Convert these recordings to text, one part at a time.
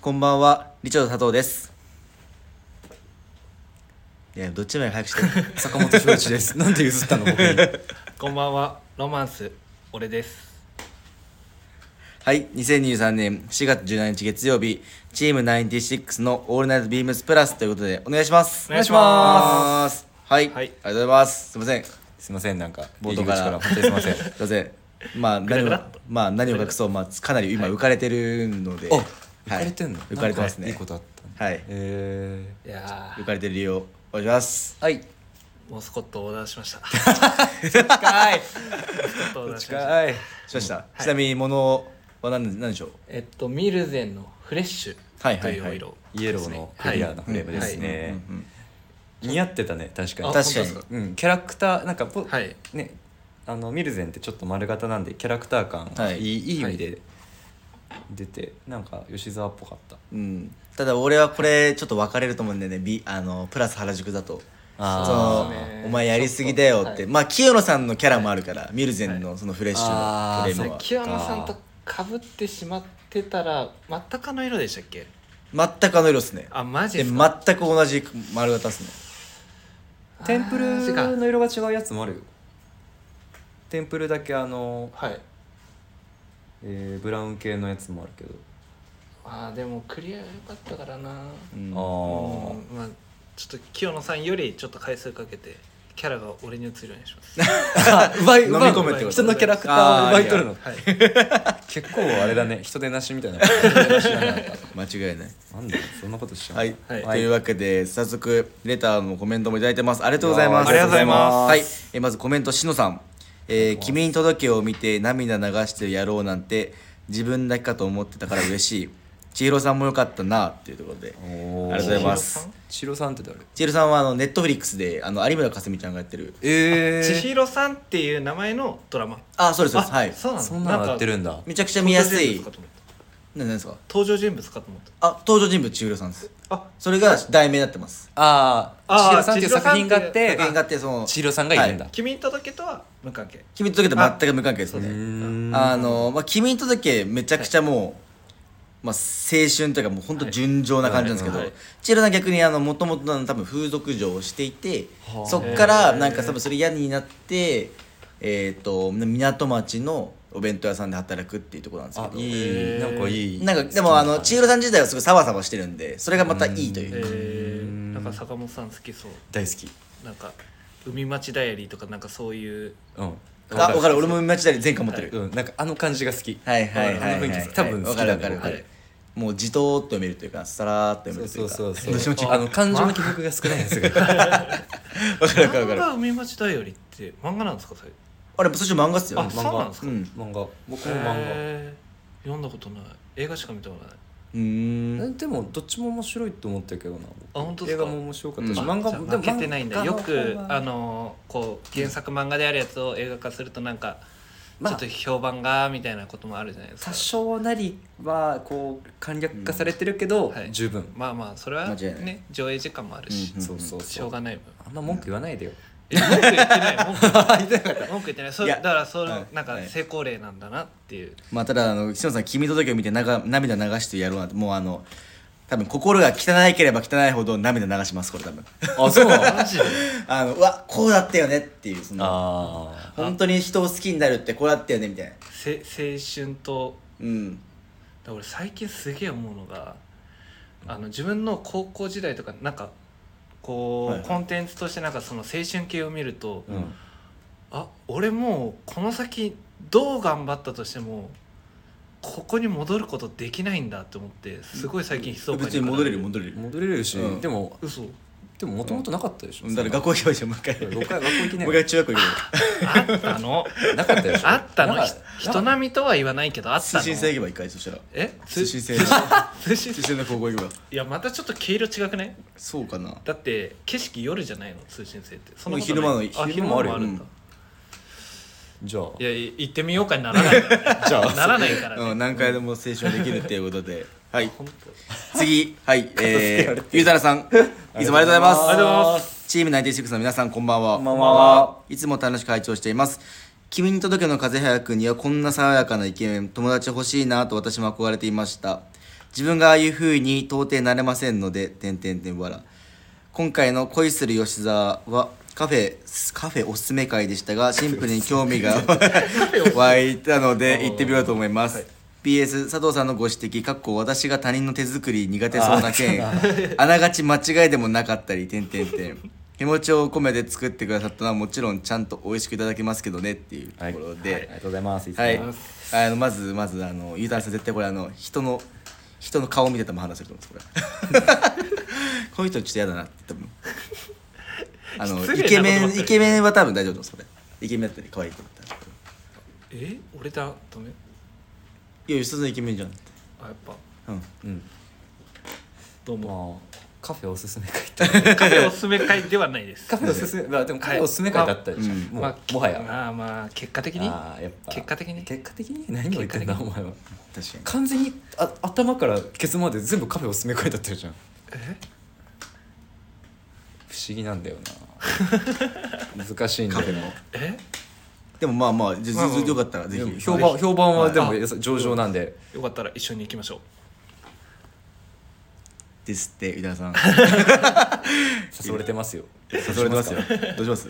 こんばんは、リチャード佐藤です。いや、どっちもより早く して。坂本博一です。なんで譲ったの僕に。こんばんは、ロマンス、俺です。はい、2023年4月17日月曜日、チーム96のオールナイトビームスプラスということで、お願いします。。お願いしますはい、はいありがとうございます。すいません。すすいませんなんか冒冒頭頭かからら本当にすい ませんいません。まあ、ぐら何ぐらをっと、まあ、何を隠そう、まあ、かなり今浮かれてるので。おはい浮かれてんの浮かれてますなんね。いいことあったねはい。えいや浮かれてる理由をお願いします。ー、はい ー、もうスコットをオーダーしま した。近いスコットをオーダーしました。近いしました。ちなみに、ものは何、何でしょう。えっと、ミルゼンのフレッシはいュはといいはいう色、イエローのクリアなフレームですはいね似合ってたね確かあに確かに本当ですうんキャラクターなんかぽはいねあのミルゼンってちょっと丸型なんでキャラクター感はいいいいい意はい味で出てなんか吉沢っぽかったうん、ただ俺はこれちょっと分かれると思うんだよね、ビあのプラス原宿だとあーそのそうですねお前やりすぎだよって、ちょっとはいまあ清野さんのキャラもあるから、ミルゼンのそのフレッシュのあフーレーそムうは清野さんとかぶってしまってたら全くあの色でしたっけ全くあの色っすねあマジでっすか全く同じ丸型っすねテンプあー違ルうの色が違うやつもあるよテンプルだけあの、はいえーブラウン系のやつもあるけどあーでもクリア良かったからなうん あうんまあちょっと清野さんよりちょっと回数かけてキャラが俺に移るようにしますあ奪い飲み奪う込むってこと人のキャラクターを奪い取るのはい結構あれだ ね人でなしみたいな人出なしだね間違いないなんだよそんなことしちゃうはい、はいというわけで早速レターのコメントもいただいてますありがとうございますありがとうございますはい、えーまずコメントしのさん、えー君に届けを見て涙流してる野郎なんて自分だけかと思ってたから嬉しい千尋さんもよかったなっていうところでおありがとうございます千尋さんって誰千尋さんはあのネットフリックスであの有村架純ちゃんがやってるえ千尋さんっていう名前のドラマあそうですそうですあはいそうなのそんなのやってるんだめちゃくちゃ見やすい登場人物かと思った何ですか登場人物かと思っあ登場人物千尋さんですたあそれが題名になってますあーあー千尋さんっていう作品があって千原画ってその千尋さんがいるんだ、は君に届けとは無関係君に届けと全く無関係ですあそうねですあの、まあ、君に届けめちゃくちゃもう、まあ、青春というかもう本当純情な感じなんですけど、はいはい千尋さん逆にあの元々の多分風俗嬢をしていて、はあそっからへえなんか多分それ嫌になってえっ、と港町のお弁当屋さんで働くっていうところなんですけあどいへーいなんかいいなんかでもあの千尋さん自体はすごいサバサバしてるんでそれがまたいいというかえー、なんか坂本さん好きそう大好きなんか海町ダイアリーとかなんかそういううんあ分かる俺も町田で全巻持ってる、うんなんかあの感じが好きはい、はいはいあはのい雰は囲気い好き多分好分きかだるね分かる分かはるいもうじとーっと読めるというかさらーっと読そめうるといそううかそうそどうっちも違うあの感情の起伏が少ないやつが 分かる分かる分か漫る画海町ダイアリーって漫画なんですかそれあれも最初漫画っすよあそうなんですか、うへん漫画僕も漫ー読んだことない映画しか見たことないうー画んえでもどっちも面白いと思ったけどなあ本当で映すか画も面白かったしうん漫じゃ画あも負けてないんだよくあののこう原作漫画であるやつを映画化するとなんかちまあょっと評判がみたいなこともあるじゃないですか、多少なりはこう簡略化されてるけどはい十分まあまあそれは間違いないね上映時間もあるし、うんそうそうしそょううがな い分あんま文句言わないでよえ文句言ってない文句言ってない文句言ってないそういやだからそれ、はいなんかはい成功例なんだなっていう、まあただあの篠野さん「君届け」を見てなが涙流してやろうなんてもうあの多分心が汚いければ汚いほど涙流しますこれ多分 あそうマジであのうわこうだったよねっていう そのあ本当に人を好きになるってこうだったよねみたいなせ青春とうんだから俺最近すげえ思うのがあの自分の高校時代とかなんかこう、はいはいコンテンツとしてなんかその青春系を見ると、ーうんあ俺もうこの先どう頑張ったとしてもここに戻ることできないんだって思ってすごい最近悲壮感別に戻れるも戻れる戻れるしうんでも嘘でももともとなかったでしょだから学校行けばいいじゃん もう一回僕は学校行きなもうよ一回中学校行あったのなかったでしょあったのなかひ人並みとは言わないけどあっけば通た信の制行けば一回そしたらえ通信制通信通信制の高校行けばいやまたちょっと毛色違くねそうかなだって景色夜じゃないの通信制ってそんなもうこと昼間ないのあ昼昼間間ももああるるんだ、じゃあいやい行ってみようかにならないから ね、じゃあならないからね、うん何回でも青春できるっていうことではい本当次はいえられーゆうたらさんいつもありがとうございますありがとうございますチームナインティシックスの皆さんこんばんはこんばんはいつも楽しく拝聴しています君に届けの風早くにはこんな爽やかなイケメン友達欲しいなと私も憧れていました自分がああいう風に到底なれませんので、点点点笑。今回の恋する吉沢は、カフェ、カフェおすすめ会でしたが、シンプルに興 味が湧いたので、行ってみようと思います。はい PS 佐藤さんのご指摘かっこ私が他人の手作り苦手そうな件 あながち間違いでもなかったり点点点 気持ちを込めて作ってくださったのはもちろんちゃんと美味しくいただけますけどねっていうところで、ありがとうございます。いつもはい、あのまずまずあのゆうたんさん絶対これあの人の人の顔見てたも話せると思うんですこれこの人ちょっと嫌だなって多分あの失イ礼なケメこンとばっかりイケメンは多分大丈夫だと思うんですこれイケメンだったり可愛いと思ったらえ俺だダメいや吉田さんイケメンじゃんってあやっぱうんうん。どうももうカフェおすすめ会 カフェおすすめ会ではないですカフェおすすめ、まあでもカフェおすすめ会だったでしょ。うんもうまあもはや。まあまあ結果的にあーやっぱ結果的に結果的に何を言ってんだお前は。確かに完全にあ頭からケツまで全部カフェおすすめ会だったじゃん。え不思議なんだよな。難しいんだよな。えでもまあまあずまあまあずよかったらぜでもひ評判評判はでもはい上々なんで。よかったら一緒に行きまし ょうですってゆうたんさん誘われてますよ。誘われてますよどうします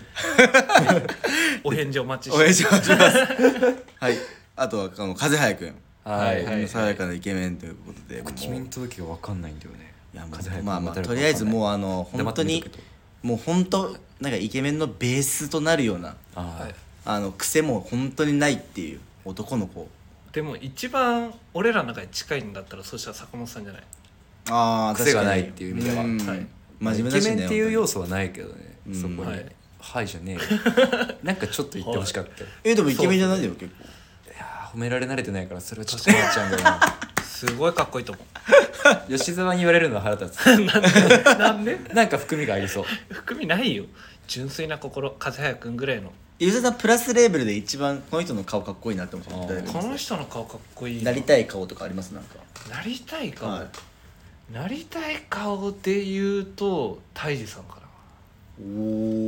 お返事お待ちおして願いします はいあとはあの風早くんははいい。爽やかなイケメンということで、もう君の届けがわかんないんだよね。いやもう風早くまあま待あたれるかとりあえずもうわあのかんない本当に黙って見とけともう本当なんかイケメンのベースとなるようなかんないあーはいあの癖も本当にないっていう男の子でも一番俺らの中に近いんだったらそしたら坂本さんじゃないあー癖が確かなにいっていう意味ではんはい真面目イだケしねメンっていう要素素はないけどね、うんそこに、ははいい、じゃ ねえよなんかちょっと言ってほしかった、い、えでもイケメンじゃないんだよ結やー褒められ慣れてないからそれはちょっと困っちゃうんだよ すごいかっこいいと思な吉沢に言われるのは腹立うなんで なんでつなんか含みがありそう含みないよ純粋な心風早くんぐらいの構吉田さんプラスレーベルで一番この人の顔かっこいいなって思ったあー誰かこの人の顔かっこいいなりいたい顔とかありますなんかなりたい顔、はいなりたい顔で言うと泰治さんかお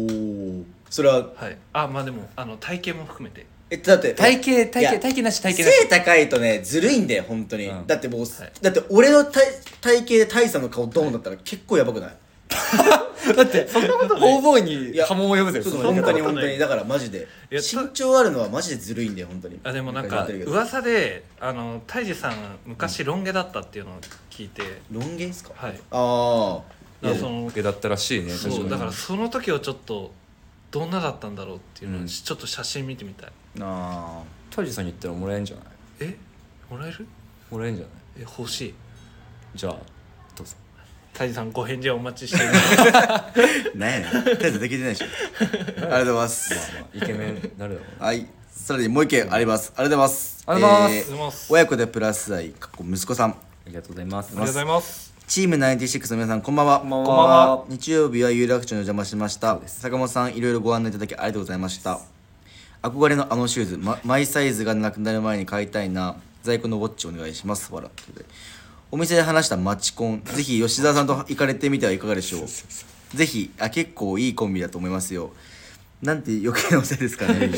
おそれはなはいあまあでもあの体型も含めてえだって体型体いや型体型なし体型なし背高いとねずるいんだよ本当に、うんだってもう、いだって俺の体体型で大さんの顔ドーンだったら結構やばくない、だって大坊にいや波紋を呼ぶぜちょっとそん本な当こにと本当にだからマジでいや身長あるのはマジでずるいんだよ本当にあでもなん言っかてるけど噂であの泰治さん昔ロン毛だったっていうのを聞いて、ロン毛ですかはいあだあからそのだったらしいね確かそうにだからその時をちょっとどんなだったんだろうっていうのを、うんちょっと写真見てみたいあタジさんに言ったらもらえんじゃないえもらえるもらえんじゃないえ欲しいじゃあどうぞ泰治さんご返事お待ちしてるーなんやねん大さんできてないでしょありがとうございますまあまあイケメンになるだろうはいさらにもう一件ありますありがとうございますありがとうござありいますがとうございます親子でプラス愛かっこ息子さんありがとうございますありがとうございますチーム96の皆さんこんばんはこんばんこんばんはは日曜日は有楽町にお邪魔しましたうです坂本さんいろいろご案内いただきありがとうございました憧れのあのシューズ、ま、マイサイズがなくなる前に買いたいな在庫のウォッチお願いしますわらということでお店で話したマチコンぜひ吉澤さんと行かれてみてはいかがでしょうぜひあ結構いいコンビだと思いますよなんて余計なお世話ですか ね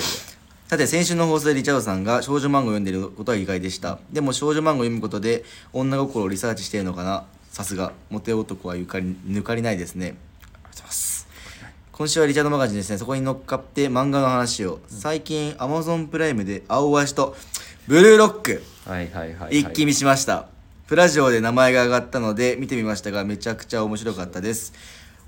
さて先週の放送でリチャードさんが少女漫画を読んでいることは意外でしたでも少女漫画を読むことで女心をリサーチしているのかなさすがモテ男はゆかり抜かりないですねありがとうございます今週はリチャードマガジンですねそこに乗っかって漫画の話を最近 Amazon プライムで「青足と「ブルーロック」はいはいはい、はい、一気見しましたプラジオで名前が上がったので見てみましたがめちゃくちゃ面白かったです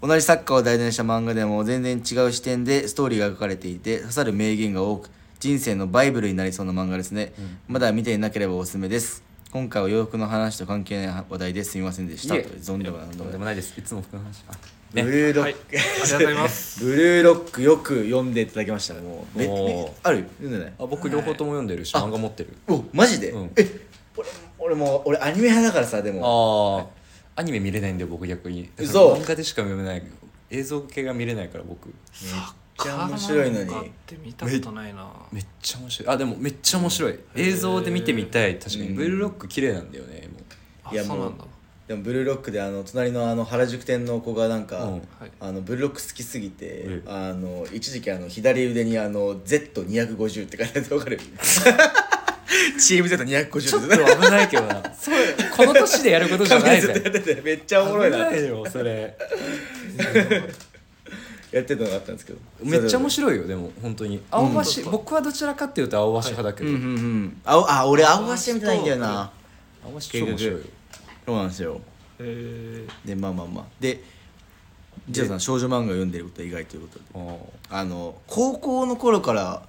同じサッカーを題材にした漫画でも全然違う視点でストーリーが書かれていて刺さる名言が多く人生のバイブルになりそうな漫画ですね、まだ見ていなければおすすめです今回は洋服の話と関係ない話題ですみませんでしたいえというゾンでもなんでともんなでいもないですいつも服の話あブルーロはッいク、ありがとうございますブルーロックよく読んでいただきましたねもうめおーある読んでないあ僕両方とも読んでるし漫画持ってるおマジで、うんえこれ俺も俺アニメ派だからさでもああアニメ見れないんで僕逆にだから嘘漫画でしか読めない映像系が見れないから僕サッめっちカゃ ー面白いのに漫画って見たことないなめっちゃ面白いあでもめっちゃ面白い映像で見てみたい確かにうんブルーロック綺麗なんだよねもあいやそうもなうんだでもブルーロックであの隣のあの原宿店の子がなんか、うんはいあのブルーロック好きすぎて、ええあの一時期あの左腕にあの Z250 って書いてあるわかる CM 出た250ちょっと危ないけど なこの年でやることじゃないぜてめっちゃおもろいな危ないよそれやってたのがあったんですけどめっちゃ面白白いよでも本当に青橋、僕はどちらかっていうと青橋派だけど、うんうんうんあおあ俺青橋見てないんだよな青橋超面白いよそうなんですよえでまあまあまあでジェイさん少女漫画を読んでることは意外ということであーあの高校の頃から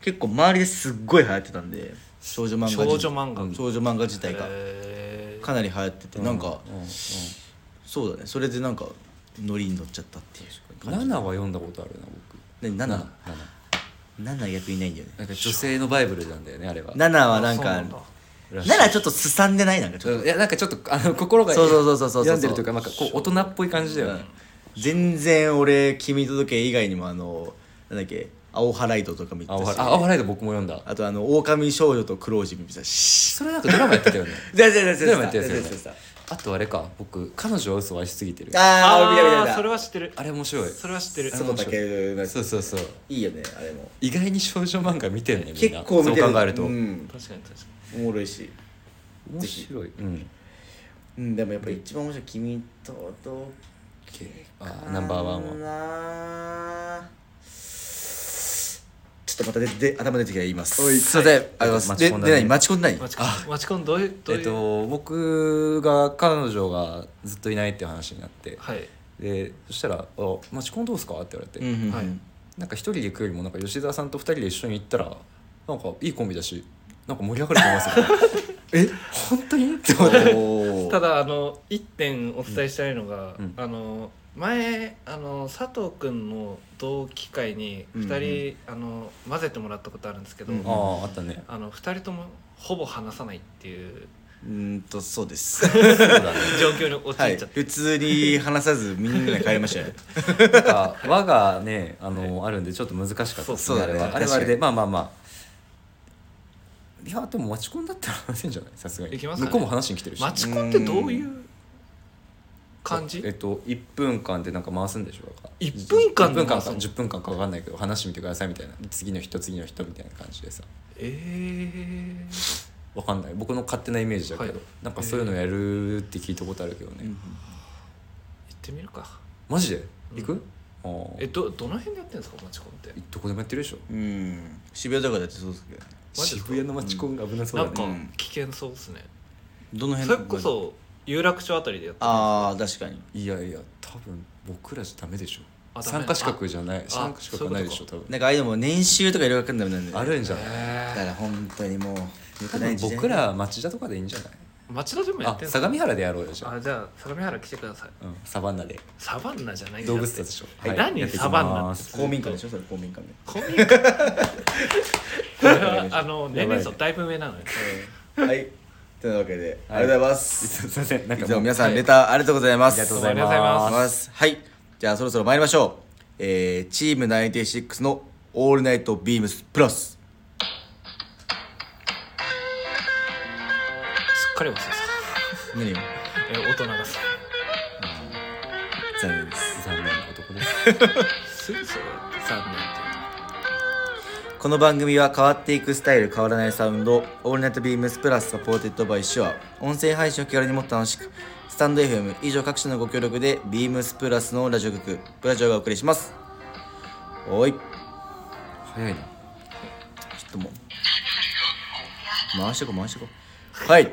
結構周りですっごい流行ってたんで少女漫画自少女漫画少女漫画自体がえかなり流行ってて、なんか、うんうんそうだねそれでなんかノリに乗っちゃったっていう感じ7は読んだことあるな僕何7 7 7逆にいないんだよねなんか女性のバイブルなんだよねあれは7はなんそうかだ7ちょっとすさんでないなんかちょっうんいやなんかちょっとあの心がそうそうそうそうそう病んでるというかなんかこう大人っぽい感じだと、ようんね、全然俺「君届け」以外にもあのなんだっけ「青ハライド」とか見てた青し原あ青原ライド僕も読んだあとあの「狼少女とクロージ見てた しそれなんかドラマやってたよね全然全ドラマやってたよね全然あとあれか僕彼女は嘘を愛しすぎてるあああ見た見た見たそれは知ってるれ面白いそれは知ってる外だけのやつそうそうそういいよねあれも意外に少女漫画見てんねみん結な構見てるそう考えると、うん確かに確かおもろいし面白いうんうんでもやっぱ一番面白い「君とどけあナンバーワンははちょっとまたでで頭出てきたら言いますおいすいません、はいありがとうございますで待ち込んだでね何待ち込んでないにマチコンマチコンどういうどうえいっうと僕が彼女がずっといないっていう話になってはいでそしたら「あマチコンどうすか?」って言われうて、んうんうんはいなんか一人で行くよりもなんか吉沢さんと二人で一緒に行ったらなんかいいコンビだしなんか盛り上がると思いますよえ本当にって思っておーただあの一点お伝えしたいのが、うんあの前あの佐藤君の同期会にうんうん2人、あの混ぜてもらったことあるんですけど、うんあああったねあの2人ともほぼ話さないっていう うーんとそうですそうだね状況に陥はいっちゃって、普通に話さずみんなで帰りましたねなんか和がねあの、あるんでちょっと難しかったですねそうそうだねあれはあ確れはかあにれでまあまあまあいやでも待ち込んだったら話せんじゃないさすがにいきますかね向こうも話しに来てるしマチコンってどういう感じえっと1分間でなんか回すんでしょうか1分間で1分間回すかの10分間か分かんないけど話してみてくださいみたいな次の人次の人みたいな感じでさえー、わかんない僕の勝手なイメージだけど、はいなんかそういうのやるって聞いたことあるけどね、行ってみるかマジで行く、ああえどどの辺でやってるんですかマチコンってどこでもやってるでしょうん渋谷とかだってそうですけどねマジで渋谷の街コンが危なそなうだんねかうん危険そうですね、どのそれこそ有楽町あたりでやってるああ確かにいやいや多分僕らじゃダメでしょあダメ参加資格じゃないあ参加資格はないでしょ多分なんかああいうのも年収とかいろいろ書くんだなんであるんじゃない、だえから本当にもう良多くない分時代僕ら町田とかでいいんじゃないー、町田でもやっあてるんです相か模原でやろうよじゃあじゃあ相模原来てくださいあ、うん、サバンナでサバンナじゃないんだ動って物たちでしょ、え何やっていきサバンナまっすて公民館でしょそれ公民館で公民 館これはあの年やばい齢ね層だいぶ上なのよはいというわけであはいりがとうございます すいませんなんいかつも皆さはんいレターありがとうございますありがとうございますありがとうございますはいじゃあそろそろ参りましょうえーチーム96のオールナイトビームスプラスすっかり忘れてた何よえ大人がさ残念です残念な男ですすぐそれ 残念っこの番組は変わっていくスタイル変わらないサウンドオールナイトビームスプラスサポーテッドバイシュア音声配信を気軽にもっと楽しくスタンド FM 以上各社のご協力でビームスプラスのラジオ局プラジオがお送りしますおいちょ早いなっともう回してこ回してこはい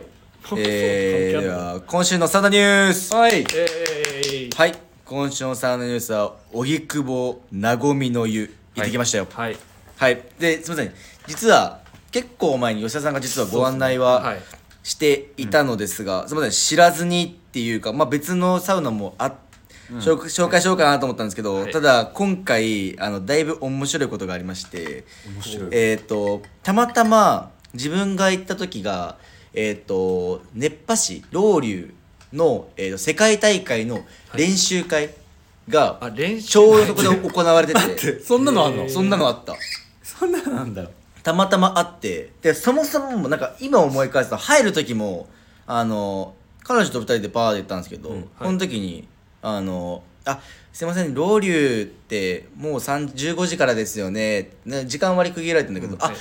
えー、では今週のサウナニュースはいていうのははい今週のサウナニュースは荻窪なごみの湯行ってきましたよえー、はいはい、ですみません実は結構前に吉田さんが実はご案内ははいしていたのですが、すみません知らずにっていうか、まあ、別のサウナもあ、紹介紹介しようかなと思ったんですけど、はいただ今回あのだいぶ面白いことがありまして面白いえっ、とたまたま自分が行った時がえっ、と熱波市老流の、えーと世界大会の練習会が、あ練習ちょうどそこで行われ ててそんなのあんの、えーそんなのあった。そんなのなんだよたまたま会ってでそもそももうなんか今思い返すと入る時もあの彼女と二人でバーで行ったんですけど、うんこの時にあの「あすいませんロウリュってもう3 15時からですよねね時間割り区切られてんだけど、あはい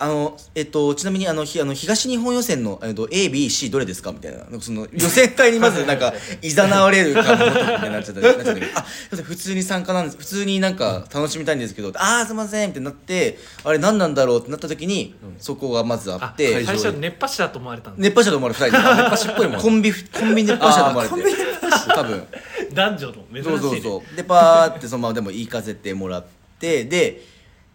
あのえっと、ちなみにあのひあの東日本予選の、えっと、ABC どれですかみたいななんかその予選会にまずなんかいざなわれるかもみたいになっちゃったなっちゃったけどあすいません普通に参加なんです普通になんか楽しみたいんですけどああすいませんってなってあれ何なんだろうってなった時に、そこがまずああって最初熱波師だと思われたんだ熱波者と思われる2人熱波師っぽいもんコンビコンビ熱波者と思われてあーコンビ多分男女の珍しい、ね、そうそうそうでパーってそのままでも言いかせてもらってで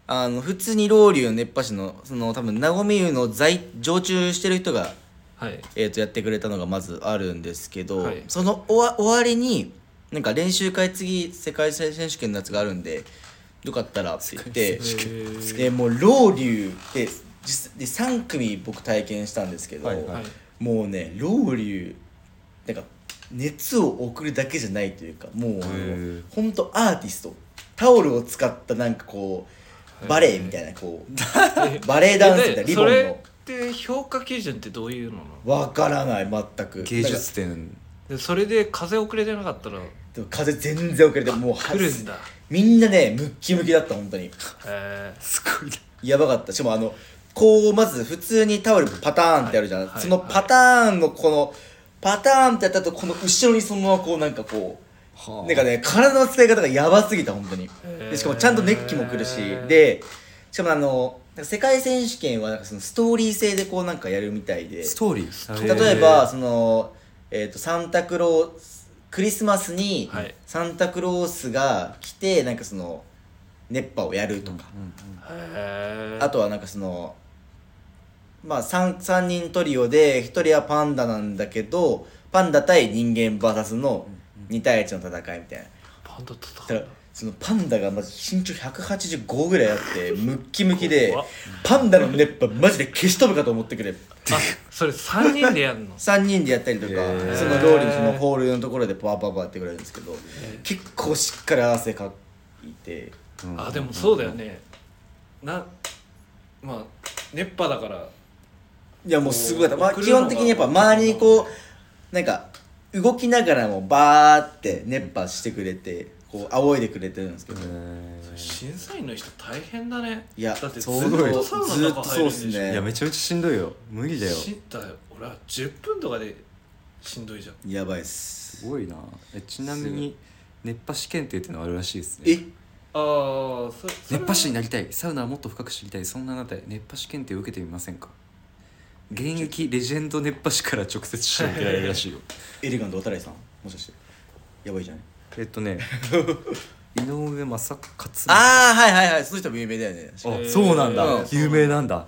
あの普通にロウリュウの熱波師のその多分名古屋の在常駐してる人が、はいえー、とやってくれたのがまずあるんですけど、はいその終わ終わりになんか練習会次世界選手権のやつがあるんでよかったらって言ってでもうロウリュウって実で3組僕体験したんですけど、はいはいはいもうねロウリュなんか熱を送るだけじゃないというかもうあのーほんとアーティストタオルを使ったなんかこうバレエみたいなこう バレエダンスみたいなでリボンそれのって評価基準ってどういうのなの わからない全く芸術点でそれで風遅れてなかったらなんか風全然遅れてもうは来るんだみんなねムッキムキだった本当にへえすごいなやばかったしかもあのこうまず普通にタオルパターンってやるじゃん、はいはいそのパターンのこのパターンってやったとこの後ろにそのままこうなんかこうはあなんかね体の使い方がやばすぎた本当にへーでしかもちゃんとネッキも来るしでしかもあのなんか世界選手権はなんかそのストーリー性でこうなんかやるみたいでストーリー例えばその、えー、とサンタクロースクリスマスにはいサンタクロースが来てなんかその熱波をやるとか、へえあとはなんかそのまあ 3, 三人トリオで1人はパンダなんだけどパンダ対人間 VS の2対1の戦いみたいな。パンダとだからそのパンダがまず身長185ぐらいあってムッキムキで怖っパンダの熱波マジで消し飛ぶかと思ってくれあそれ3人でやるの3人でやったりとかーそのローリーのそのホールのところでパワーパワーやってくれるんですけど結構しっかり汗かいてあでもそうだよねなまあ熱波だからいやもうすごい、まあ、送基るの本が的にやっぱ周りにこうなんか動きながらもバーって熱波してくれてこう仰いでくれてるんですけど審査員の人大変だねいやだってず相っ当とサウナの中入るんでしょずっとそうっすねいやめちゃめちゃしんどいよ無理だよしんだよ俺は10分とかでしんどいじゃんやばいっすすごいなえちなみに熱波師検定っていうのがあるらしいですねえああそそれ熱波師になりたいサウナをもっと深く知りたいそんなあなたへ熱波師検定を受けてみませんか現役レジェンド熱波師から直接指導を受けられるらしいよエレガント渡来さんもしかしてやばいじゃない えっとね 井上正勝ああはいはいはいその人も有名だよねあそうなんだ、うん有名なんだ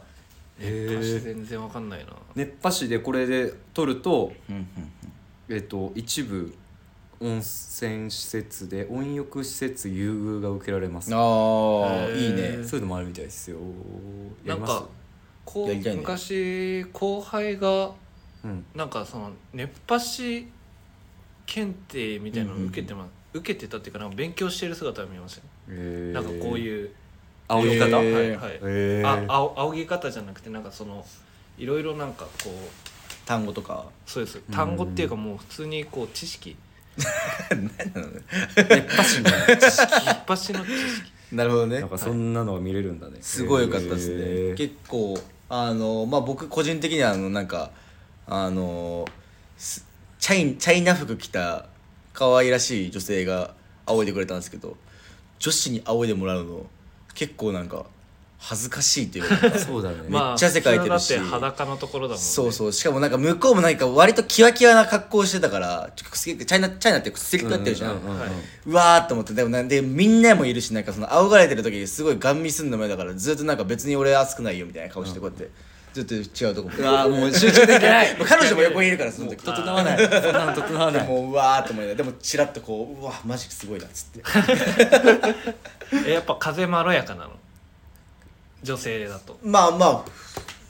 熱波へ師え全然わかんないな熱波師でこれで取るとうんうんえっと一部温泉施設で温浴施設優遇が受けられますああへいいーねそういうのもあるみたいですよなやんりますかこやりたいうね昔後輩がうんなんかその熱波師検定みたいなのを受けてま、受けてたっていうかなんか勉強してる姿を見ましたよ、えなんかこうういう、仰ぎ方、えーはいはい、えああお仰ぎ方じゃなくてなんかそのいろいろなんかこう単語とかそうです単語っていうかもう普通にこう知識熱波師の熱波師の知識なるほどねなんかそんなのが見れるんだね、すごい良かったですね、へー結構あのまあ僕個人的にはあのなんかあのすチャイチャイナ服着た可愛らしい女性が仰いでくれたんですけど女子に仰いでもらうの結構なんか恥ずかしいというかそうだね、めっちゃ汗かいてるし普通はだって裸のところだもんねそうそうしかもなんか向こうもなんか割とキワキワな格好してたからちょすげえチャイナチャイナってスリットやってるじゃん,、ううううはいうわーっと思ってでもなんでみんなもいるしなんかその仰がれてる時にすごいガン見すんの前だからずっとなんか別に俺熱くないよみたいな顔してこうやってずっと違うとこうも わーもう集中できない彼女も横にいるからその時整わないそんなの整わないもううわーっと思いながらでもチラッとこううわマジすごいなっつってえやっぱ風まろやかなの女性だとまあまあ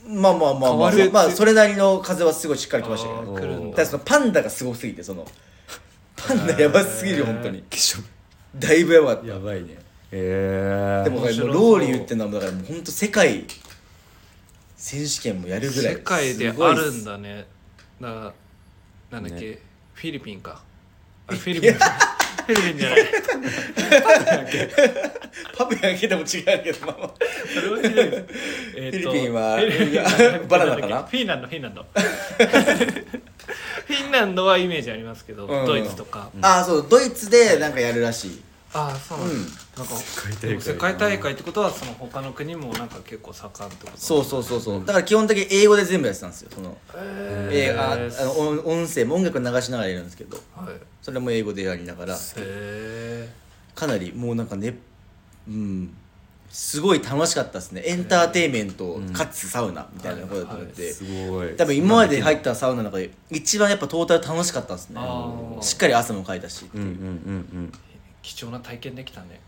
まあまあまあまあ変わるまあそれなりの風はすごいしっかり来ましたけあどー来るんただだそのパンダがすごすぎてそのパンダやばすぎるよ本当に化粧だいぶやばかったやばいねえー、でもこれ面白そうローリューってのはだからもう本当世界選手権もやるぐらい世界ですごあいっするんだねだなんだっけ、フィリピンかあフィリピンじゃない 食べればいいんじ ゃないパブやけでも違うけどまあまあそれは違うよえーとフィリピンはフィリピンはバナナかなフィンランドフィンランドフィンランドはイメージありますけど、うんドイツとか、ああそうドイツでなんかやるらしいああそうなんだ、なんか大会世界大会ってことはその他の国もなんか結構盛んってことそうそうそうそうだから基本的に英語で全部やってたんですよその映え画ああの音音声も音楽流しながらやるんですけどはいへそれも英語でやりながらえかなりもうなんかねうんすごい楽しかったですねエンターテインメントんかつサウナみたいなことだったのはですごい多分今まで入ったサウナの中で一番やっぱトータル楽しかったですねあーしっかり汗もかいたしうんうんうん貴重な体験できたね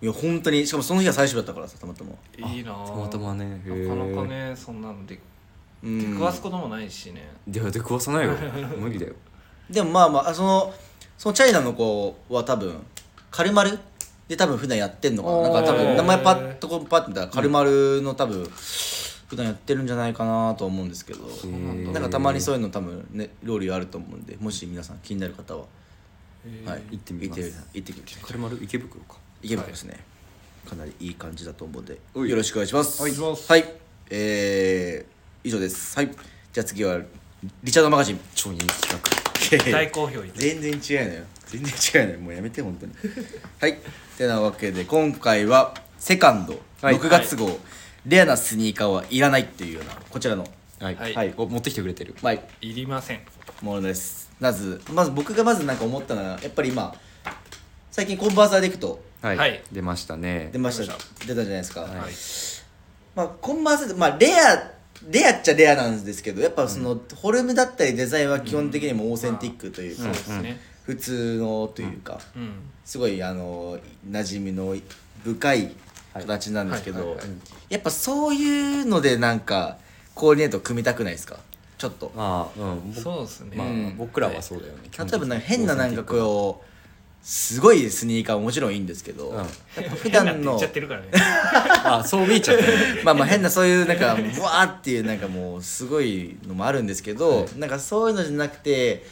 いや本当にしかもその日が最終だったからさたまたまいいなうんぁたまたまねへーなかなかねそんなのでうん出くわすこともないしねいや出くわさないよ無理だよでもまあまあそのそのチャイナの子は多分カルマルで多分普段やってんのかななんか多へー分名前パッとこうパッと見たらカルマルの多分普段やってるんじゃないかなと思うんですけどんなだんかたまにそういうの多分ね料理あると思うんでもし皆さん気になる方は、はい、行ってみます行って行ってきてカルマル池袋か池袋ですね、かなりいい感じだと思うんではいよろしくお願いしますはいはい、えー、以上ですはいじゃあ次はリチャードマガジン超人気企大好評い た全然違うのよ全然違うのよもうやめて本当に はいてなわけで今回はセカンドはい6月号、レアなスニーカーはいらないっていうようなこちらの画はい、はいお持ってきてくれてるはいいりませんものですまずまず僕がまずなんか思ったのはやっぱり今最近コンバーサーでいくとはい、はい出ましたね出ました出たじゃないですか、はいまあコンバーサーってまあレアレアっちゃレアなんですけどやっぱその、フォルムだったりデザインは基本的にもオーセンティックというか、そうですね普通のというか、うんすごいあの馴染みの深い形なんですけはいはどいはいはいやっぱそういうのでなんかコーディネート組みたくないですかちょっとまあうんそうですねまあ、うん僕らはそうだよね例えばなんか変ななんかこうすごいスニーカーももちろんいいんですけど、うんやっぱ普変段なって言っのちゃってるからねあそう見えちゃった ねまあまあ変なそういうなんかブワーっていうなんかもうすごいのもあるんですけど、なんかそういうのじゃなくて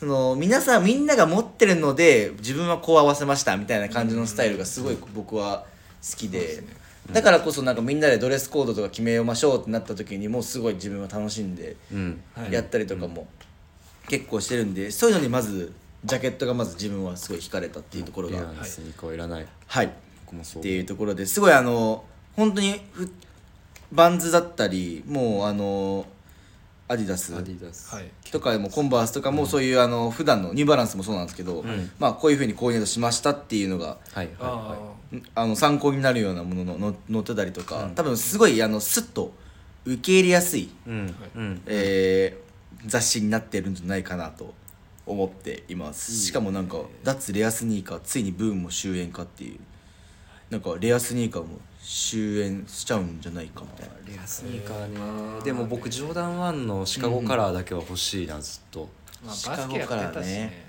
その皆さんみんなが持ってるので自分はこう合わせましたみたいな感じのスタイルがすごい僕は好きで。だからこそなんかみんなでドレスコードとか決めましょうってなった時にもうすごい自分は楽しんでうんはいやったりとかも結構してるんでそういうのにまずジャケットがまず自分はすごい惹かれたっていうところいやがスニーカーはいらないはい僕もそっうていうところですごいあの本当にふバンズだったりもうあのアディダスアディダスはいとかでもコンバースとかもそういうあの普段のニューバランスもそうなんですけどんまあこういうふうにコーディネートしましたっていうのがはいはいあはんあの参考になるようなもののの載ってたりとか、多分すごいあのスッと受け入れやすい、いうんうんえー雑誌になってるんじゃないかなと思っていますしかもなんか脱レアスニーカーついにブームも終焉かっていうなんかレアスニーカーも終焉しちゃうんじゃないかみたいなレアスニーカーねでも僕ジョーダン1のシカゴカラーだけは欲しいなずっとあまあシカバスゴケやからねってたしね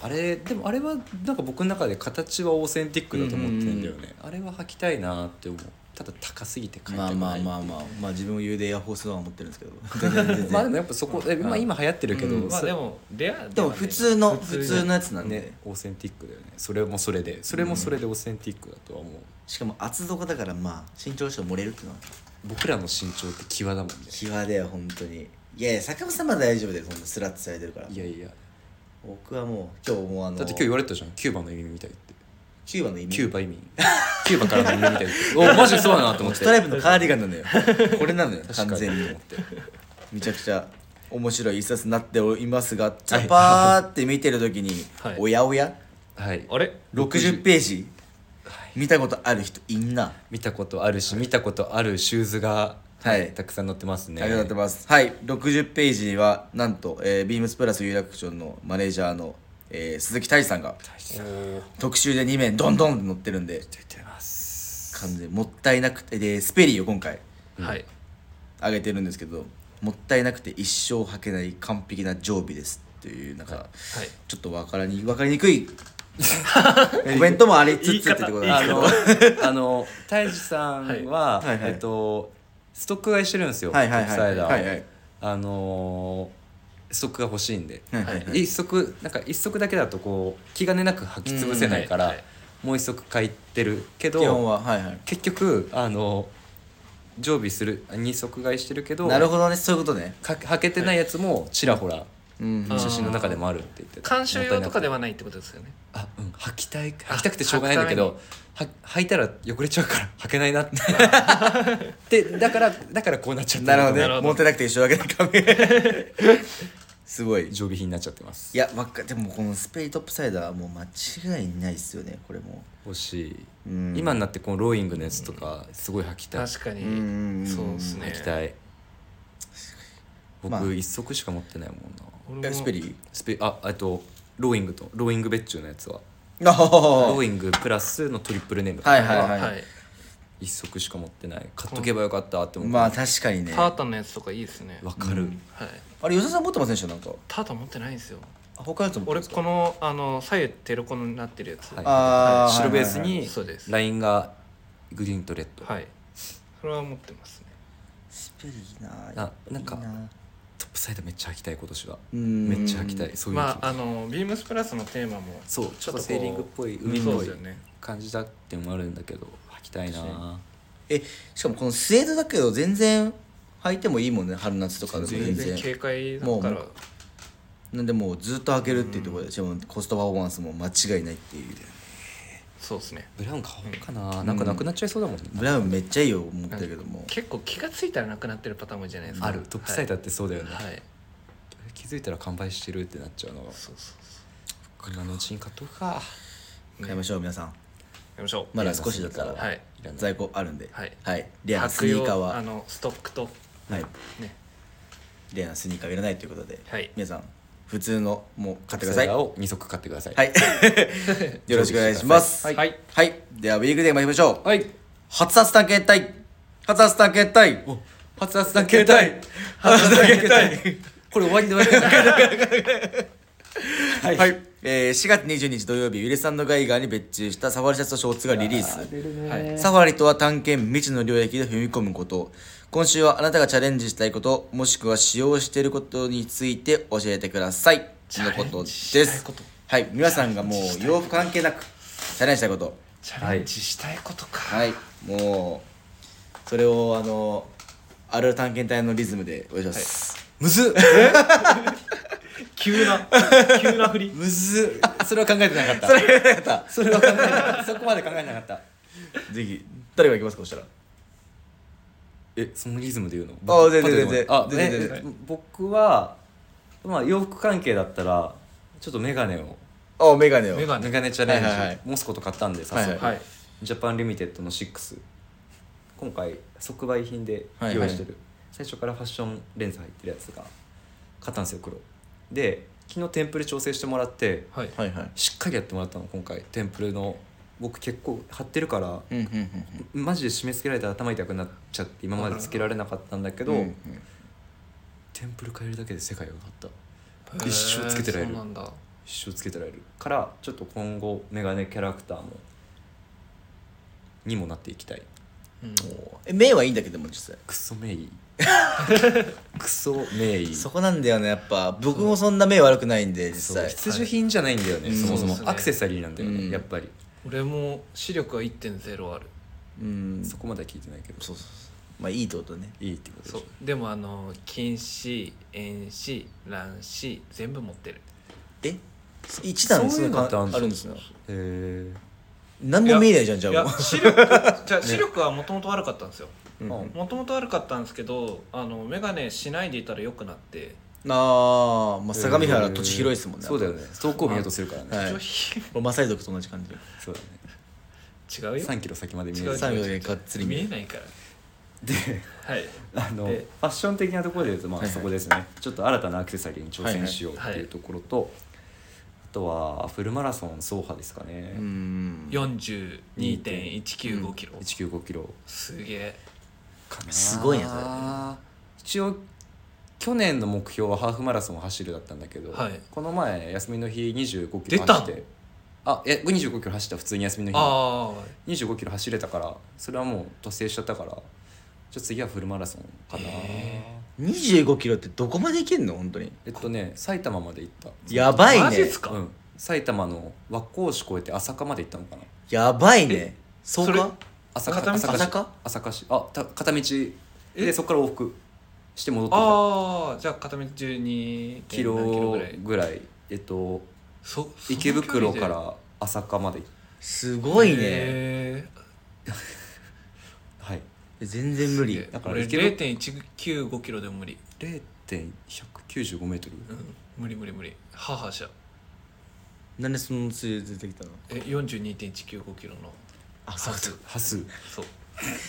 あれでもあれはなんか僕の中で形はオーセンティックだと思ってるんだよねあれは履きたいなって思うただ高すぎて買いまたあくまなあい まあまあまあ自分も言うでエアフォースワン持ってるんですけど全然全まあ然でもやっぱそこえまあ今流行ってるけうどんまあそでもレアでは ねでも普通の 普に通のやつなんで、ねオーセンティックだよねそれもそれでそれもそれでオーセンティックだとは思うしかも厚底だからまあ身長しても漏れるっていうのは僕らの身長って際だもんね際だよ本当にいやいや坂本さんは大丈夫だよそんなスラッとされてるからいやいや僕はもう今日もうあのだって今日言われたじゃんキューバの移民みたいってキューバの移民キューバ移民キューバからの移民み たいっておマジそうだなと思ってストライプのカーディガンな のよこれなのよ確完か全にとに思ってめちゃくちゃ面白い一冊になっておりますがザパーって見てる時に、はいおやおやはいあれ60ページ見たことある人いんな見たことあるし、見たことあるシューズが、はいたくさん載ってますねありがとうございます。はい、60ページにはなんと、えー、ビームスプラス有楽町のマネージャーの、えー鈴木大地さんが特集で2面どんどん載ってるんで出てます完全にもったいなくてでスペリーを今回はい上げてるんですけどもったいなくて一生履けない完璧な常備ですっていうなんか、はいちょっとわからにわかりにくいコメントもありつつってことなんあですけのど あの泰治さんは、はいはいはいえっとストック買いしてるんですよ、はいはいはいトップサイダーをはいはいあのー足が欲しいんで、はいはいはい一足なんか一足だけだとこう気兼ねなく履き潰せないから、うんはいもう一足買ってるけ基本どははいはい結局あの常備する二足買いしてるけどなるほどねそういうことねか履けてないやつもちらほらうんあー写真の中でもあるって言ってた鑑賞用とかでもっはないってことですよねたいなくてあうん履きたい履きたくてしょうがないんだけどは履いたら汚れちゃうから 履けないなって でだからだからこうなっちゃっなたるほどなるねほど持ってなくて一緒だけだからねすごいい常備品になっちゃってますやわかでもこのスペイトップサイダーはもう間違いないですよねこれも欲しい、うん今になってこのローイングのやつとかすごい履きたい確かに、うんそうですね履きたい僕、まあ一足しか持ってないもん俺なえもスペリスペああとローイングとローイング別注のやつはーあははロはーイングプラスのトリプルネームはいはいははい一足しか持ってない買っとけばよかったってい思うまあ確かにねタータンのやつとかいいですねわかる、うんはいあれ吉田さん持ってませんでしたなんかタータン持ってないんですよあ他のやつも俺このあの左右テレコになってるやつはいあー白ベースはいはいはいにそうですラインがグリーンとレッド、はいそれは持ってますねスペリーなななんかいいトップサイドめっちゃ履きたい今年はうんめっちゃ履きたいそういう気持ち、まああのビームスプラスのテーマもそうちょっとこうセーリングっぽいうん海っそうぽでいすよね感じだっていうのもあるんだけど履きたいなえしかもこのスウェードだけど全然履いてもいいもんね春夏とかでも全全然然警戒だからもなんでもうずっと履けるっていうところでしかもコストパフォーマンスも間違いないっていうそうですねブラウン買おうかな、なんかなくなっちゃいそうだもんね、ブラウンめっちゃいいよ思ったけども結構気がついたらなくなってるパターンも多いじゃないですかあるトップサイドってそうだよね、はい、はい、気づいたら完売してるってなっちゃうのがそうそうそう今のうちに買っとくか買いましょう皆さんやりましょうまだ少しだったらはいいらない在庫あるんではいはいレアなス白ニ用ーカーあはのストックとはいねレアなスニーカーはいらないということではい皆さん普通のもう買ってくだサさイいダーはを2足買ってくださいい よろしくお願いしますはいはいはいではウィークデー参りましょうはい初殺探検隊初殺探検隊お発達な携帯発達な 携帯これ終わりで終わりだはい、えー4月22日土曜日ウィルサンド・ガイガーに別注したサファリシャツとショーツがリリースはいサファリとは探検未知の領域で踏み込むこと今週はあなたがチャレンジしたいこともしくは使用していることについて教えてくださいチのャこレンジとでしたいすことはい皆さんがもう洋服関係なくチャレンジしたいことチャレンジしたいことか、はいもうそれをあのある探検隊のリズムでお願いします、む ずっ急な急な振りむずっそれは考えてなかったそれやったそれは考えてなかったそこまで考えなかったぜひ誰が行きますかそしたらえそのリズムで言うのあ全然パッと出てこない全然あ全然全え然え僕はまあ洋服関係だったらちょっとメガネをあメガネをメガネメガネチャレンジ、はいはいはいモスコと買ったんで早速、はいはいジャパンリミテッドの6今回即売品ではい用意してる、最初からファッションレンズ入ってるやつが買ったんですよ黒で昨日テンプレ調整してもらってはいはいはいしっかりやってもらったの今回テンプレの僕結構貼ってるから、うんうんうんうんマジで締め付けられたら頭痛くなっちゃって今までつけられなかったんだけど、うんうんテンプレ変えるだけで世界が変わったへー一生つけてられるそうなんだ一生つけてられるからちょっと今後メガネキャラクターもにもなっていきたいうんえ目はいいんだけども実際クソ名医 クソ名医そこなんだよねやっぱ僕もそんな目悪くないんで実そう際必需品じゃないんだよね、はいそもそそうでもすねアクセサリーなんだよね、うんやっぱり俺も視力は1.0あるうんそこまでは聞いてないけどそうそうそうまあいいってことねいいってことでしそょうでもあの近視遠視乱視全部持ってるえ一段そういうのってあるんであすよるんですよへ何も見えないじゃんじゃいあやもう視力じゃあ視力はもともと悪かったんですようんあもともと悪かったんですけどあの眼鏡しないでいたら良くなってあーまあえ相模原土地広いですもんねそうだよね走行見ようとするからね、はい上品これマサイ族と同じ感じそうだね違うよ3キロ先まで見え違うる3秒でがっつり見見ええるないからではいあのフでァッション的なところで言うと、まはあ、いはいそこですね、ちょっと新たなアクセサリーに挑戦しようってはいはいいうところと、あとはフルマラソン走破ですかね、うん42.195キロ195キロすげえかなすごいねそれ一応去年の目標はハーフマラソンを走るだったんだけど、はいこの前休みの日25キ出ロたの走ってあいや25キロ走った普通に休みの日にああ25キロ走れたからそれはもう達成しちゃったからじゃあ次はフルマラソンかなへ2 5キロってどこまで行けんの本当にえっとね埼玉まで行っやばいマジっねすたか、うん埼玉の和光市越えて朝霞まで行ったのかなやばいねそうそれか朝片道霞朝朝霞霞朝霞市あた片道えでそこから往復して戻ってきたああじゃあ片道12キ何ロぐらいぐらいえっとそその距池離で袋から朝霞まですごいねへーはい全然無理だから俺池袋0 1 9 5キロでも無理、 0.195メートルうん、無理無理無理母じゃなんでそのつゆ出てきたのえ42.195キロのあハス波数そう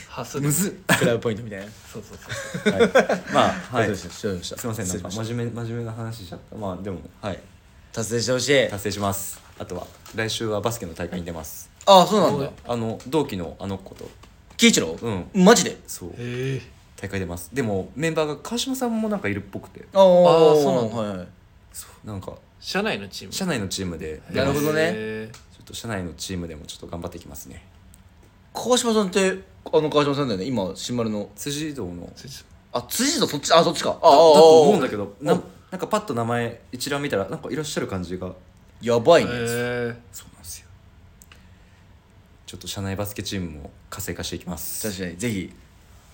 ハスむずっクラブポイントみたいなそうそうそうそうはい まあはどいうすしたどうしたいませんなん失礼かしました真面目真面目な話しちゃったまあでもはい達成してほしい達成しますあとは来週はバスケの大会に出ますあそうなんだあの同期のあの子と喜一郎うんマジでそうへえ大会出ますでもメンバーが川島さんもなんかいるっぽくてああーそそううななだんんだはいなんか社内のチーム社内のチームでなるほどねへーちょっと社内のチームでもちょっと頑張っていきますね川島さんってあの川島さんだよね今新丸の辻堂のそいつあ辻とそっちあそっちかああだだと思うんああだけどななんかパッと名前一覧見たらなんかいらっしゃる感じがやばへいねーそうなんですよちょっと社内バスケチームも活性化していきます確かにぜひ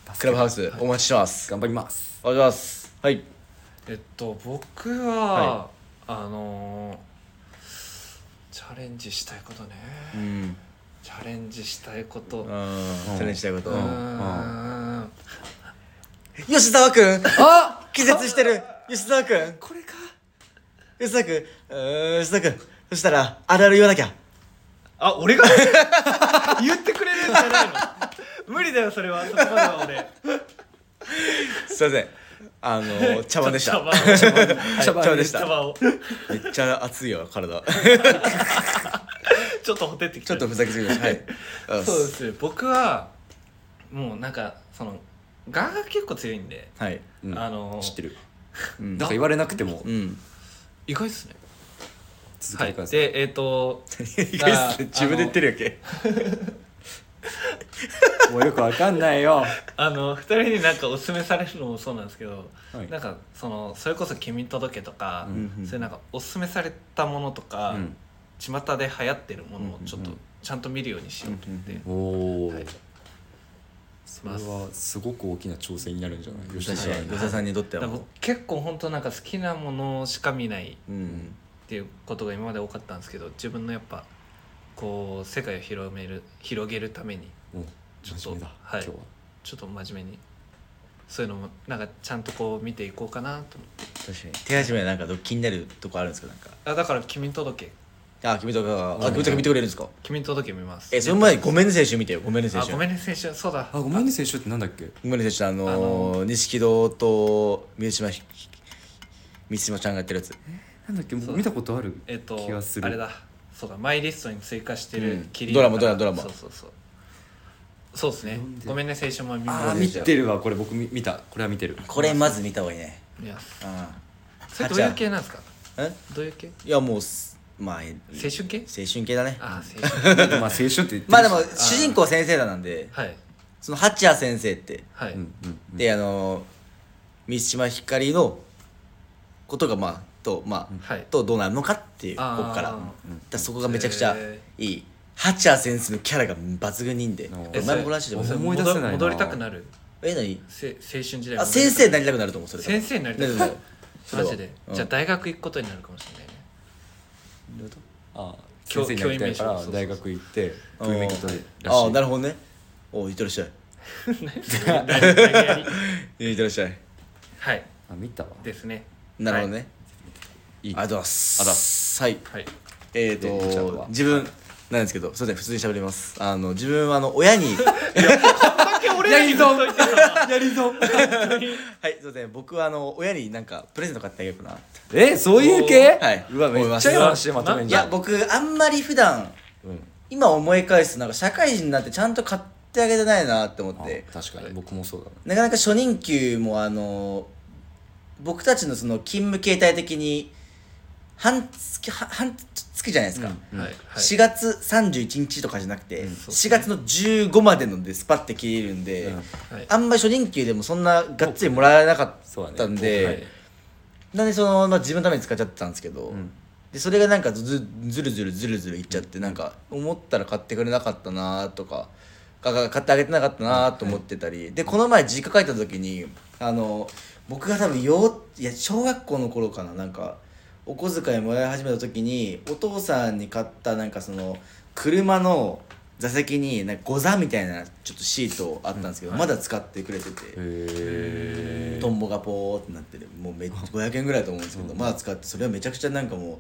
バスケクラブハウスお待ちしてます頑張りますお願いしますはいえっと僕は、あのーチャレンジしたいことね、うんチャレンジしたいこと、チうャレンジしたいことうんーん吉沢君あ気絶してる吉沢君これか吉沢君うーん吉沢君そしたらあるある言わなきゃあ俺が 言ってくれるんじゃないの無理だよそれはそこまでは俺すいませんあの茶番でしたちょっとはい茶番でし茶た番をめっちゃ熱いよ体ちょっとほてってきちょったとふざけすぎましたはいあそうですね僕はもうなんかそのガが結構強いんで、はいうんあのー知ってるうんなんか言われなくてもうん意外っすね続はけていください、でえっ、と意外っすね 自分で言ってるやんけもうよくわかんないよあの2人 になんかおすすめされるのもそうなんですけど、はいなんかそのそれこそ「君届け」とか、うんうんそういうなんかおすすめされたものとか、うん巷で流行ってるものをちょっとうんちゃんと見るようにしようと思って、うんおお、はいそれはすごく大きな挑戦になるんじゃない吉田さん吉田さんにとってだかはらも僕結構本当なんか好きなものしか見ないっううんていうことが今まで多かったんですけど自分のやっぱこう世界を広める広げるためにもうちょっと真面目だ、はい今日はちょっと真面目にそういうのもなんかちゃんとこう見ていこうかなと思って確かに手始めはなんかど気になるとこあるんですかなんかあだから「君届け」あ君とかがあ君とか見てくれるんですか「君届け」見ますえその前にごめんね選手見てよごめんね選あ手ごめんね選手そうだあごめんね選手ってなんだっけごめんね選手あのーあの錦戸と三島ひ三島ちゃんがやってるやつなんだっけもそうう見たことあるえっと気がするあれだそうだマイリストに追加してうるんキリンドラマドラマドラマそうそうそうそうですねなんでごめんね青春も見あまーす見てるわこれ僕見見たこれは見てるこれまず見た方がいいね見まうすんそれどういう系なんですかえどういう系いやもうすまあえ青春系青春系だねあー青春まあ青春って言ってるしまあでも主人公は先生だなんではいその八谷先生ってはい、うんうんうんであのー三島ひかりのことがまあとまあ、はいとどうなるのかっていうここあーからうんうんだからそこがめちゃくちゃいい八谷先生のキャラが抜群にいいんでおー俺前もこの話でもおそれ思い出せないな戻戻りたくなるえ何せ青春時代あ先生になりたたくなると思うそれ多分先生になりたくななるると思うマジで、うんじゃあ大学行くことになるかもしれないねあ教先生になりたいから教員免許そうそうそう大学行ってそ教員れ免は許取れるあらしいーあーなるほどねおいってらっしゃい何何やり いってらっしゃいはいあ見たわですねなるほどね、いあいりがとうございまありがとうございますはいはい、はいえでリチャーードとは自分なんですけどすいません普通に喋りますあの自分はあの親 に俺らに言っといてよやりぞはいすいません僕はあの親になんかプレゼント買ってあげようかなえそういう系はいうわめっちゃいい話でまとめんいじゃやん僕あんまり普段うん今思い返すとなんか社会人になってちゃんと買ってあげてないなって思ってあ確かに僕もそうだななかなか初任給もあの僕たちのその勤務形態的に半月は半月じゃないですか、うんはいはい4月31日とかじゃなくて、うん4月の15までのでスパッて切れるんで、うんはいあんまり初任給でもそんながっつりもらえなかそうだっねたんで、はいなんでその、まあ、自分のために使っちゃってたんですけど、うんでそれがなんかずずるずるずるずるいっちゃって、なんか思ったら買ってくれなかったなとかかか買ってあげてなかったなと思ってたり、でこの前実家帰った時にあの僕が多分幼いや小学校の頃かななんかお小遣いもらい始めた時にお父さんに買ったなんかその車の座席になんかゴザみたいなちょっとシートあったんですけど、まだ使ってくれてて。へトンボがポーってなってるもうめ500円ぐらいだと思うんですけど、まだ使ってそれはめちゃくちゃなんかも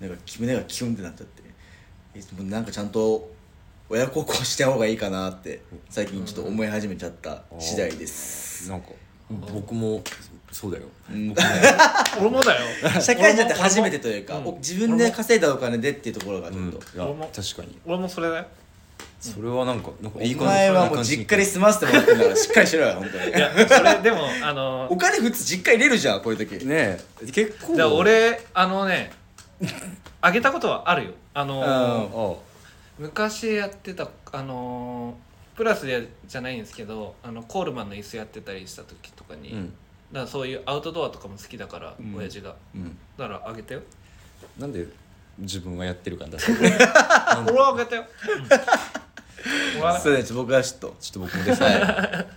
うなんか胸がキュンってなっちゃってえもうなんかちゃんと親孝行した方がいいかなって最近ちょっと思い始めちゃった次第です、えなんか僕もそうだようん、 俺もだよ社会人だって初めてというか、俺もお自分で稼いだお金でっていうところがちうょんっいと、や俺も確かに俺もそれだよそれはなんかなんかいいお感じ前はもう実家に住ませてもらってるからしっかりしろよ本当にいやそれでもあのお金普通実家入れるじゃんこういう時ねえ結構じゃあ俺あのねあげたことはあるよあのうんああ昔やってたあのープラスでじゃないんですけどあのコールマンの椅子やってたりした時とかに、うんだからそういうアウトドアとかも好きだから、うん親父がうんだからあげたよなんで自分はやってる感出してる俺はあげたよ、うん、俺はそうです僕はちょっとちょっと僕もですね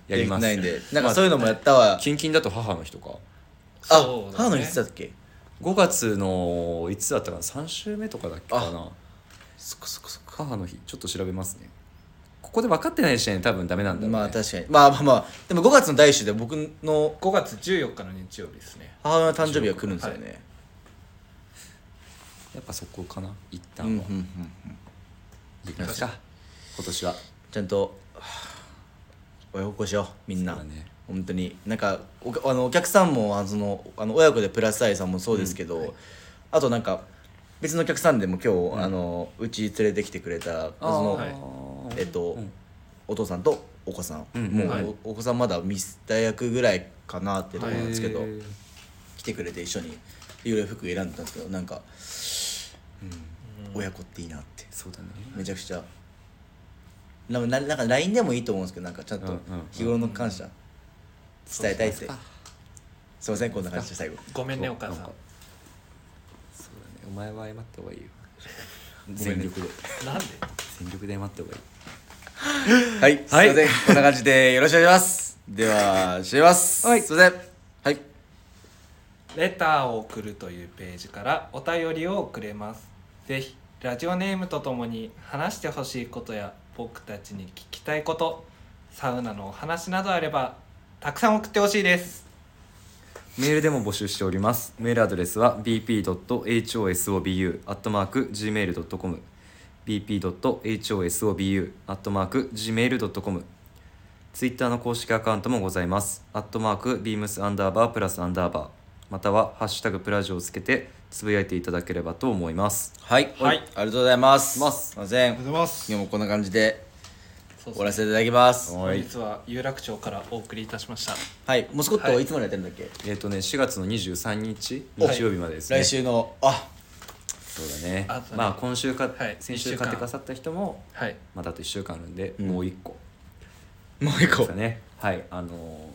やりますできないんでなんかそういうのもやったわ、キンキンだと母の日とかあ、そうだね母の日いつだっけ5月のいつだったかな3週目とかだっけかなそっかそっかそっか母の日ちょっと調べますねここで分かってない時点で多分ダメなんだろうねまあ確かにまあまあまあでも5月の第1週で僕の5月14日の日曜日ですね母親の誕生日が来るんですよね、やっぱそこかな一旦うんうんうは、んうんいきますか今年はちゃんとはあ親孝行しようみんな、そうだね本当になんかおあのお客さんもあのそのあの親子でプラス愛さんもそうですけど、あとなんか別のお客さんでも今日、あのうち連れてきてくれたその、はいあーえっと、うんお父さんとお子さん、うんもう、はいおお子さんまだミス大学ぐらいかなってところなんですけど、へー来てくれて一緒にいろいろ服選んでたんですけどなんか、うん、親子っていいなってそうだねめちゃくちゃなななんか LINE でもいいと思うんですけどなんかちゃんうんとうんうん日頃の感謝伝えたいってそうそうすいませんこんな感じで最後ごめんねおそう母さんなんかそうだねお前は謝った方がいいよごめん全ね力でなんで全力で謝った方がいはいい、すいませんこんな感じでよろしくお願いしますでは締めますはいすいませんはいレターを送るというページからお便りを送れます。ぜひ、ラジオネームとともに話してほしいことや僕たちに聞きたいこと、サウナのお話などあれば、たくさん送ってほしいです。メールでも募集しております。メールアドレスは bp.hosobu.gmail.com bp.hosobu.gmail.com ツイッターの公式アカウントもございます。アットマーク beams アンダーバープラスアンダーバーまたはハッシュタグプラジオをつけてつぶやいていただければと思います。はい、はいありがとうございますますすいません今ございます日もこんな感じでそう終わらせていただきますは本い日は有楽町からお送りいたしました。はいもうスコッはトいいつまでやってるんだっけ、えっ、とね4月の23日はい日曜日までですね。来週のあそうだね。あとねまあ今週か、はい先一週週間買ってくださった人もはい。まだあと1週間あるんで、うんもう1個。もう一で個すかねはいあのー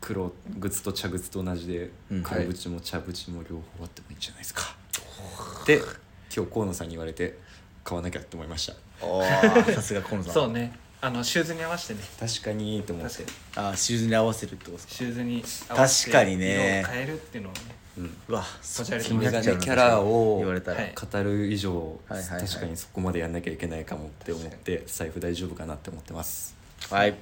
黒靴と茶靴と同じでうん黒縁も茶縁も両方あってもいいんじゃないですか、で今日河野さんに言われて買わなきゃって思いましたおーさすが河野さんそうね。あの、シューズに合わせてね。確かにいいと思っ確てかに。あーシューズに合わせるってことですシかューズに合わせて。確かにね色を変えるっていうのをね。うんうわおしゃれそれがねキャラを言われたら、はい語る以上、はいはいはい確かにそこまでやんなきゃいけないかもって思って財布大丈夫かなって思ってますはい、あり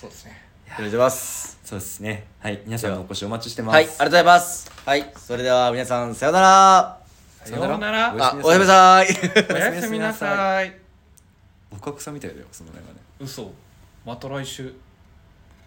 そうですね。がとうございますそうですねはい皆さんのお越しお待ちしてますはいありがとうございますはいそれでは皆さんさようならさようなら。あおやすみなさいおやすみなさい。おかくさみたいだよその中ね嘘。また来週。